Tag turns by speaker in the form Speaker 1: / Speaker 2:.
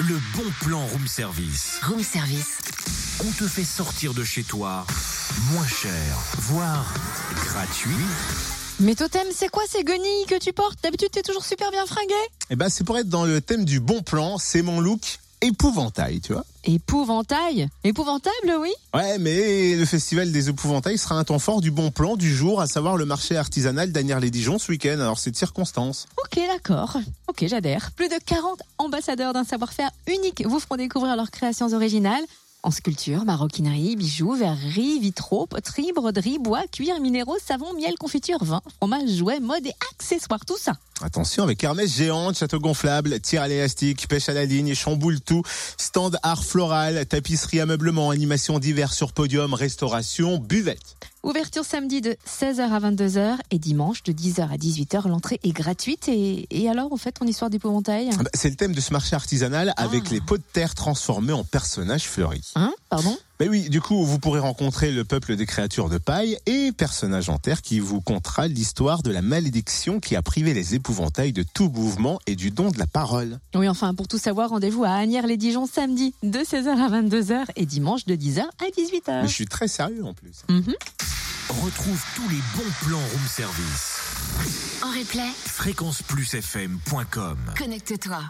Speaker 1: Le bon plan room service.
Speaker 2: Room service.
Speaker 1: On te fait sortir de chez toi moins cher, voire gratuit.
Speaker 3: Mais Totem, c'est quoi ces guenilles que tu portes D'habitude, t'es toujours super bien fringué.
Speaker 4: Eh ben, c'est pour être dans le thème du bon plan, c'est mon look épouvantail, tu vois.
Speaker 3: Épouvantail Épouvantable, oui
Speaker 4: Ouais, mais le festival des épouvantails sera un temps fort du bon plan du jour, à savoir le marché artisanal d'Anières-les-Dijon ce week-end. Alors, c'est de circonstance.
Speaker 3: Ok, d'accord. Ok, j'adhère. Plus de 40 ambassadeurs d'un savoir-faire unique vous feront découvrir leurs créations originales. En sculpture, maroquinerie, bijoux, verrerie, vitraux, poterie, broderie, bois, cuir, minéraux, savon, miel, confiture, vin, fromage, jouets, mode et accessoires, tout ça.
Speaker 4: Attention, avec Hermès géante, château gonflable, tir à l'élastique, pêche à la ligne, chamboule tout, stand art floral, tapisserie, ameublement, animation divers sur podium, restauration, buvette.
Speaker 3: Ouverture samedi de 16h à 22h et dimanche de 10h à 18h. L'entrée est gratuite. Et, et alors, en fait, ton histoire d'épouvantail
Speaker 4: Ah bah, C'est le thème de ce marché artisanal avec les pots de terre transformés en personnages fleuris.
Speaker 3: Hein Pardon
Speaker 4: Mais oui, du coup, vous pourrez rencontrer le peuple des créatures de paille et personnages en terre qui vous contera l'histoire de la malédiction qui a privé les épouvantails de tout mouvement et du don de la parole.
Speaker 3: Oui, enfin, pour tout savoir, rendez-vous à Agnières-les-Dijon samedi de 16h à 22h et dimanche de 10h à Mhm.
Speaker 4: Mais je
Speaker 3: 18h.
Speaker 4: suis très sérieux en plus.
Speaker 1: Retrouve tous les bons plans room service.
Speaker 2: En replay,
Speaker 1: Fréquenceplusfm.com
Speaker 2: connecte-toi.